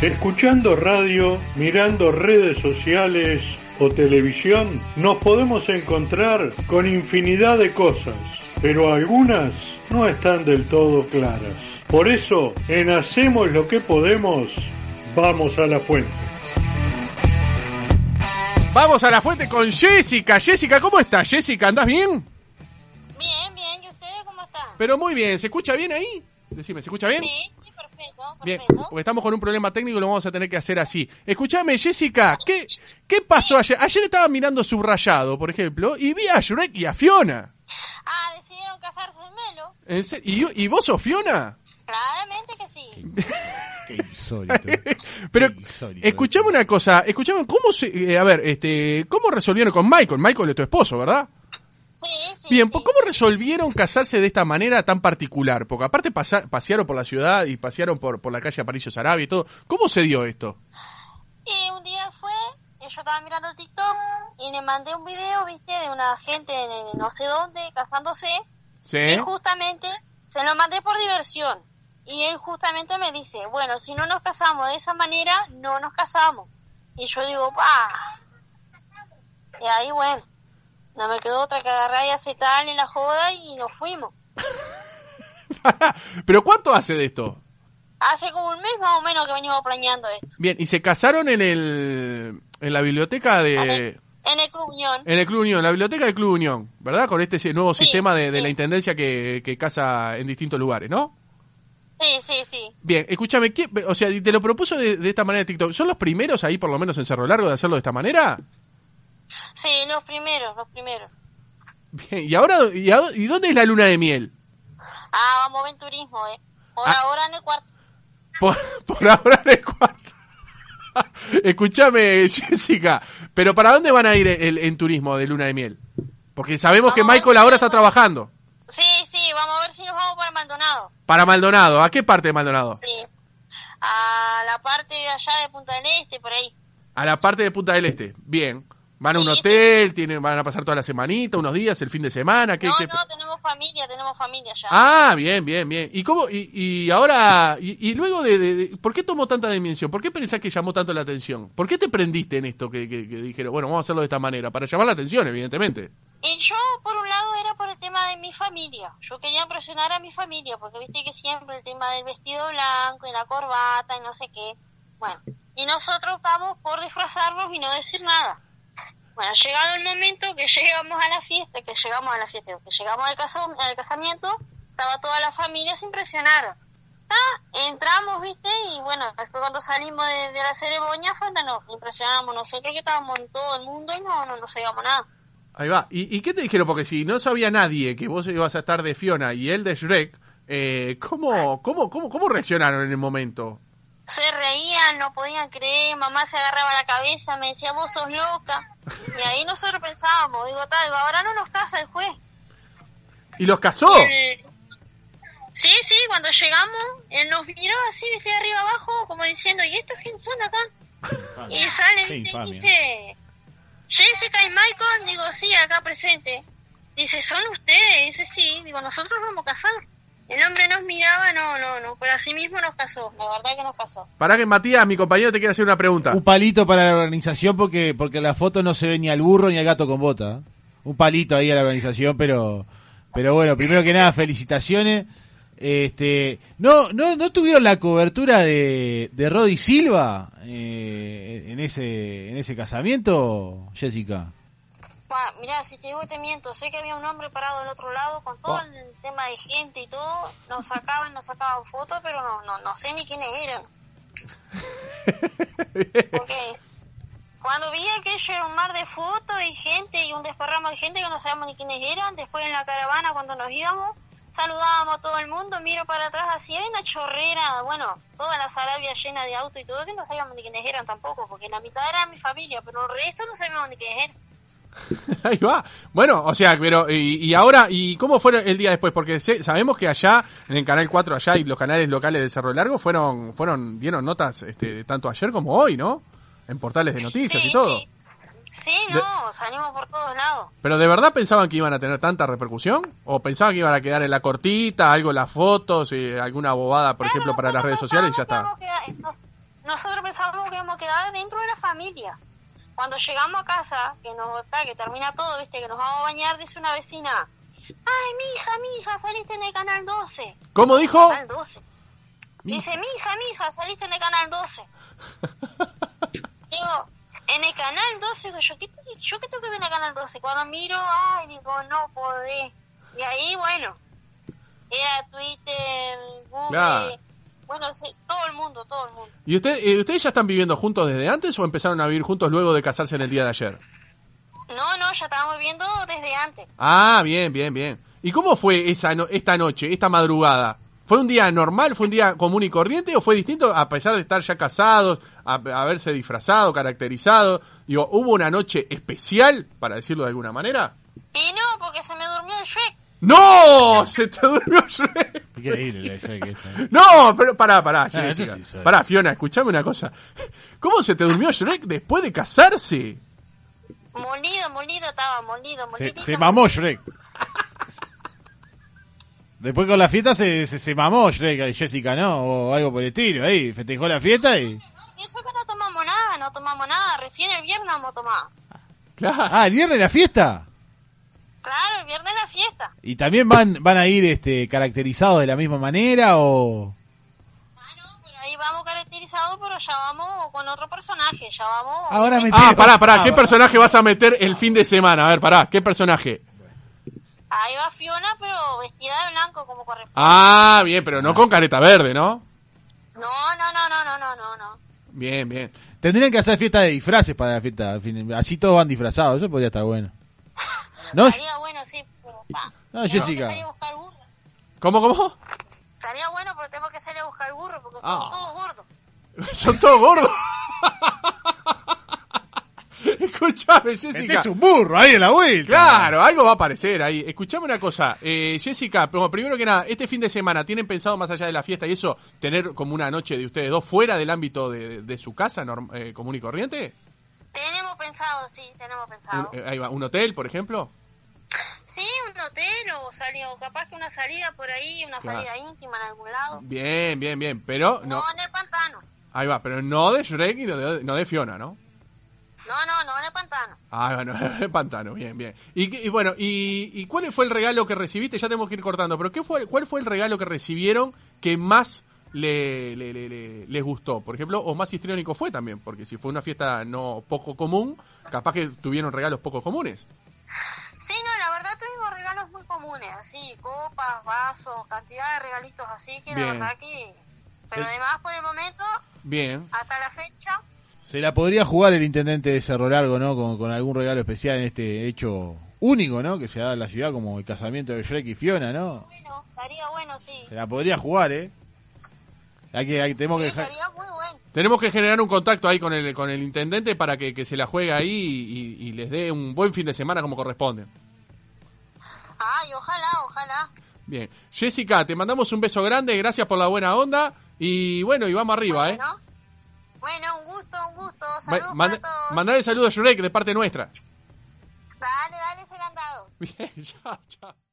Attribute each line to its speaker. Speaker 1: Escuchando radio, mirando redes sociales o televisión, nos podemos encontrar con infinidad de cosas, pero algunas no están del todo claras. Por eso, en Hacemos lo que podemos, vamos a la fuente.
Speaker 2: Vamos a la fuente con Jessica. Jessica, ¿cómo estás? Jessica, ¿andás bien?
Speaker 3: Bien, bien, ¿y ustedes cómo están?
Speaker 2: Pero muy bien, ¿se escucha bien ahí? Decime, ¿se escucha bien?
Speaker 3: Sí, sí, perfecto,
Speaker 2: Bien,
Speaker 3: perfecto.
Speaker 2: porque estamos con un problema técnico y lo vamos a tener que hacer así. Escuchame, Jessica, ¿qué, ¿qué pasó ayer? Ayer estaba mirando Subrayado, por ejemplo, y vi a Shrek y a Fiona.
Speaker 3: Ah, decidieron casarse en Melo.
Speaker 2: En se- ¿Y, ¿Y vos sos Fiona?
Speaker 3: Claramente que sí.
Speaker 4: Qué insólito.
Speaker 2: Pero
Speaker 4: Qué insólito.
Speaker 2: escuchame una cosa, escuchame, ¿cómo se, eh, a ver, este, cómo resolvieron con Michael? Michael es tu esposo, ¿verdad?
Speaker 3: Sí, sí.
Speaker 2: Bien,
Speaker 3: sí.
Speaker 2: pues, ¿cómo resolvieron casarse de esta manera tan particular? Porque aparte pasa- pasearon por la ciudad y pasearon por, por la calle Aparicio Sarabia y todo. ¿Cómo se dio esto?
Speaker 3: Y un día fue, y yo estaba mirando TikTok y le mandé un video, viste, de una gente de no sé dónde casándose.
Speaker 2: Sí.
Speaker 3: Y justamente se lo mandé por diversión. Y él justamente me dice, bueno, si no nos casamos de esa manera, no nos casamos. Y yo digo, pa. Y ahí, bueno, no me quedó otra que agarrar y aceptar en la joda y nos fuimos.
Speaker 2: Pero ¿cuánto hace de esto?
Speaker 3: Hace como un mes más o menos que venimos planeando esto.
Speaker 2: Bien, y se casaron en el en la biblioteca de
Speaker 3: En el Club Unión.
Speaker 2: en el Club Unión, la biblioteca del Club Unión, ¿verdad? Con este si- nuevo
Speaker 3: Sí,
Speaker 2: sistema de, de
Speaker 3: sí.
Speaker 2: la intendencia que, que casa en distintos lugares, ¿no?
Speaker 3: Sí, sí, sí.
Speaker 2: Bien, escúchame, ¿qué- o sea, te lo propuso de, de esta manera TikTok. ¿Son los primeros ahí, por lo menos en Cerro Largo, de hacerlo de esta manera?
Speaker 3: Sí, los primeros, los primeros.
Speaker 2: Bien, ¿y ahora y, a- y dónde es la luna de miel?
Speaker 3: Ah, vamos a ver turismo, ¿eh? Por
Speaker 2: Ah.
Speaker 3: ahora en el cuarto.
Speaker 2: Por, por ahora en el cuarto. Escúchame, Jessica, pero ¿para dónde van a ir el- en turismo de luna de miel? Porque sabemos que
Speaker 3: Vamos a
Speaker 2: Michael ahora está
Speaker 3: Maldonado.
Speaker 2: trabajando.
Speaker 3: Sí, sí, vamos a ver si nos vamos para Maldonado.
Speaker 2: Para Maldonado, ¿a qué parte de Maldonado?
Speaker 3: Sí. A la parte de allá de Punta del Este, por ahí.
Speaker 2: A la parte de Punta del Este. Bien. Van a un
Speaker 3: Sí, sí.
Speaker 2: hotel, tienen, van a pasar toda la semanita, unos días, el fin de semana. ¿qué,
Speaker 3: no,
Speaker 2: qué-
Speaker 3: no, tenemos familia, tenemos familia allá.
Speaker 2: Ah, bien, bien, bien. ¿Y cómo? ¿Y, y ahora? Y, y luego de, de- de- ¿Por qué tomó tanta dimensión? ¿Por qué pensás que llamó tanto la atención? ¿Por qué te prendiste en esto que, que- que dijeron, bueno, vamos a hacerlo de esta manera? Para llamar la atención, evidentemente.
Speaker 3: Y yo, por un lado, era por el tema de mi familia. Yo quería impresionar a mi familia, porque viste que siempre el tema del vestido blanco y la corbata y no sé qué. Bueno, y nosotros estamos por disfrazarnos y no decir nada. Bueno, llegado el momento que llegamos a la fiesta, que llegamos a la fiesta, que llegamos al, caso- al casamiento, estaba toda la familia, se impresionaron. Ah, entramos, viste, y bueno, después cuando salimos de, de la ceremonia, fue donde nos impresionamos nosotros que estábamos en todo el mundo y no, no nos llevamos nada.
Speaker 2: Ahí va. ¿Y, y qué te dijeron? Porque si no sabía nadie que vos ibas a estar de Fiona y él de Shrek, eh, ¿cómo, cómo, cómo, ¿cómo reaccionaron en el momento?
Speaker 3: se reían, no podían creer, mamá se agarraba la cabeza, me decía, vos sos loca. Y ahí nosotros pensábamos, digo, "Ta, digo, ahora no nos casa el juez.
Speaker 2: ¿Y los casó?
Speaker 3: El- Sí, sí, cuando llegamos, él nos miró así, viste, de arriba abajo, como diciendo, ¿y estos quién son acá?
Speaker 4: Ah,
Speaker 3: Y sale,
Speaker 4: Qué
Speaker 3: viste, y
Speaker 4: infamia.
Speaker 3: dice, Jessica y Michael, digo, sí, acá presente. Dice, ¿son ustedes? Dice, sí, digo, nosotros vamos a casar. El hombre nos miraba, no, no, no, pero así mismo nos casó, la verdad que nos casó.
Speaker 2: Para que Matías, mi compañero, te quiere hacer una pregunta.
Speaker 4: Un palito para la organización porque porque en la foto no se ve ni al burro ni al gato con bota. Un palito ahí a la organización, pero pero bueno, primero que nada felicitaciones. Este, no no no tuvieron la cobertura de de Roddy Silva eh, en ese en ese casamiento, Jessica.
Speaker 3: Pa, mirá, si te digo te miento, sé que había un hombre parado del otro lado con todo
Speaker 4: Oh.
Speaker 3: el tema de gente y todo, nos sacaban, nos sacaban fotos, pero no, no, no sé ni quiénes eran. Porque cuando vi aquello era un mar de fotos y gente y un desparramo de gente que no sabíamos ni quiénes eran, después en la caravana cuando nos íbamos, saludábamos a todo el mundo, miro para atrás así, hay una chorrera, bueno, toda la Sarabia llena de autos y todo, que no sabíamos ni quiénes eran tampoco, porque la mitad era mi familia, pero el resto no sabíamos ni quiénes eran.
Speaker 2: Ahí va. Bueno, o sea, pero y, y ahora y cómo fue el día después, porque se- sabemos que allá en el canal 4 allá y los canales locales de Cerro Largo fueron fueron dieron notas este, tanto ayer como hoy, ¿no? En portales de noticias
Speaker 3: Sí,
Speaker 2: y todo.
Speaker 3: Sí, Sí, no, salimos por todos lados.
Speaker 2: Pero de verdad pensaban que iban a tener tanta repercusión o pensaban que iban a quedar en la cortita, algo en las fotos, eh, alguna bobada, por
Speaker 3: Claro,
Speaker 2: ejemplo, para las redes
Speaker 3: nosotros
Speaker 2: sociales y ya está.
Speaker 3: pensábamos que era- nosotros pensábamos que íbamos a quedar dentro de la familia. Cuando llegamos a casa, que nos está, que termina todo, viste, que nos vamos a bañar, dice una vecina, ay, mija, mija, saliste en el canal 12.
Speaker 2: ¿Cómo dijo?
Speaker 3: Canal 12. Dice, mija, mija, saliste en el canal 12. Digo, en el canal 12, digo, yo qué, te- yo qué tengo que ver en el canal 12. Cuando miro, ay, digo, no podés. Y ahí, bueno, era Twitter, Google,
Speaker 2: Claro.
Speaker 3: bueno, sí, todo el mundo, todo el mundo.
Speaker 2: ¿Y usted, eh, ustedes ya están viviendo juntos desde antes o empezaron a vivir juntos luego de casarse en el día de ayer?
Speaker 3: No, no, ya estábamos viendo desde antes.
Speaker 2: Ah, bien, bien, bien. ¿Y cómo fue esa no- esta noche, esta madrugada? ¿Fue un día normal, fue un día común y corriente o fue distinto a pesar de estar ya casados, a- haberse disfrazado, caracterizado? Digo, ¿hubo una noche especial, para decirlo de alguna manera?
Speaker 3: Y no, porque se me durmió el Shrek.
Speaker 2: ¡No! ¡Se te durmió Shrek!
Speaker 4: Increíble la Shrek esa.
Speaker 2: No, pero pará, pará,
Speaker 4: eso
Speaker 2: Jessica.
Speaker 4: sí soy.
Speaker 2: pará, Fiona, escuchame una cosa. ¿Cómo se te durmió Shrek después de casarse?
Speaker 3: Molido, molido estaba, molido,
Speaker 4: Se,
Speaker 3: molido.
Speaker 4: se mamó Shrek. Después con la fiesta se, se, se mamó Shrek, Jessica, ¿no? O algo por el estilo, ahí. Festejó la fiesta y...
Speaker 3: Y eso que no tomamos nada, no tomamos nada. Recién el viernes vamos a tomar.
Speaker 2: Claro.
Speaker 4: Ah, el viernes la fiesta.
Speaker 3: Claro, el viernes la fiesta.
Speaker 4: ¿Y también van, van a ir este, caracterizados de la misma manera o...?
Speaker 3: Ah, no, pero ahí vamos caracterizados, pero ya vamos con otro personaje, ya vamos...
Speaker 4: Ahora me
Speaker 2: Ah, pará, pará, ¿qué personaje vas a meter el fin de semana? A ver, pará, ¿qué personaje?
Speaker 3: Ahí va Fiona, pero vestida de blanco como corresponde.
Speaker 2: Ah, bien, pero no con careta verde, ¿no?
Speaker 3: No, no, no, no, no, no, no, no.
Speaker 2: Bien, bien.
Speaker 4: Tendrían que hacer fiesta de disfraces para la fiesta. al fin- Así todos van disfrazados. Eso podría estar bueno. ¿No?
Speaker 3: Estaría bueno, sí, pero... pa.
Speaker 4: No,
Speaker 3: Tengo que
Speaker 4: Jessica.
Speaker 3: salir a buscar burro.
Speaker 2: ¿Cómo, cómo?
Speaker 3: Estaría bueno, pero tengo que salir a buscar burro, porque
Speaker 2: Ah.
Speaker 3: somos todos gordos.
Speaker 2: Son todos gordos. Escuchame, Jessica.
Speaker 4: Este burro ahí en la vuelta.
Speaker 2: Claro, algo va a aparecer ahí. Escuchame una cosa, eh, Jessica, como primero que nada, este fin de semana, ¿tienen pensado más allá de la fiesta y eso, tener como una noche de ustedes dos fuera del ámbito de, de su casa norm- eh, común y corriente?
Speaker 3: Tenemos pensado, sí, tenemos pensado.
Speaker 2: Un, eh, ahí va, ¿Un hotel, por ejemplo?
Speaker 3: Sí, un hotel o, sali- o capaz que una salida por ahí, una
Speaker 2: Claro.
Speaker 3: salida íntima en algún lado.
Speaker 2: Bien, bien, bien, pero
Speaker 3: No.
Speaker 2: no,
Speaker 3: en el pantano.
Speaker 2: ahí va, pero no de Shrek y no de, no de Fiona, ¿no?
Speaker 3: No, no, no en el pantano.
Speaker 2: Ah, bueno, el pantano, bien, bien. Y, qué- y bueno, y, y cuál fue el regalo que recibiste? Ya tenemos que ir cortando, pero ¿qué fue, ¿cuál fue el regalo que recibieron que más le, le- le- le- les gustó? Por ejemplo, o más histriónico fue también, porque si fue una fiesta no poco común, capaz que tuvieron regalos poco comunes.
Speaker 3: Sí, no, la verdad tuvimos regalos muy comunes, así, copas, vasos, cantidad de regalitos así, que
Speaker 2: Bien.
Speaker 3: la verdad que... Pero
Speaker 2: Sí.
Speaker 3: además por el momento,
Speaker 2: Bien.
Speaker 3: hasta la fecha,
Speaker 4: Se la podría jugar el intendente de Cerro Largo, ¿no? Con, con algún regalo especial en este hecho único, ¿no? Que se da en la ciudad como el casamiento de Shrek y Fiona, ¿no?
Speaker 3: bueno, estaría bueno, sí.
Speaker 4: Se la podría jugar, ¿eh? Hay que, hay- tenemos
Speaker 3: Sí,
Speaker 4: que dejar...
Speaker 3: estaría muy bueno.
Speaker 2: Tenemos que generar un contacto ahí con el, con el intendente para que, que se la juegue ahí y, y- y les dé un buen fin de semana como corresponde.
Speaker 3: Ay, ojalá, ojalá.
Speaker 2: Bien. Jessica, te mandamos un beso grande, gracias por la buena onda y bueno, y vamos arriba, ¿eh?
Speaker 3: Bueno, bueno, un gusto, un gusto. Saludos
Speaker 2: Ma-
Speaker 3: para
Speaker 2: manda-
Speaker 3: todos.
Speaker 2: Mandale saludos a Shrek de parte nuestra.
Speaker 3: Dale, dale ese candado.
Speaker 2: Bien, chao, chao.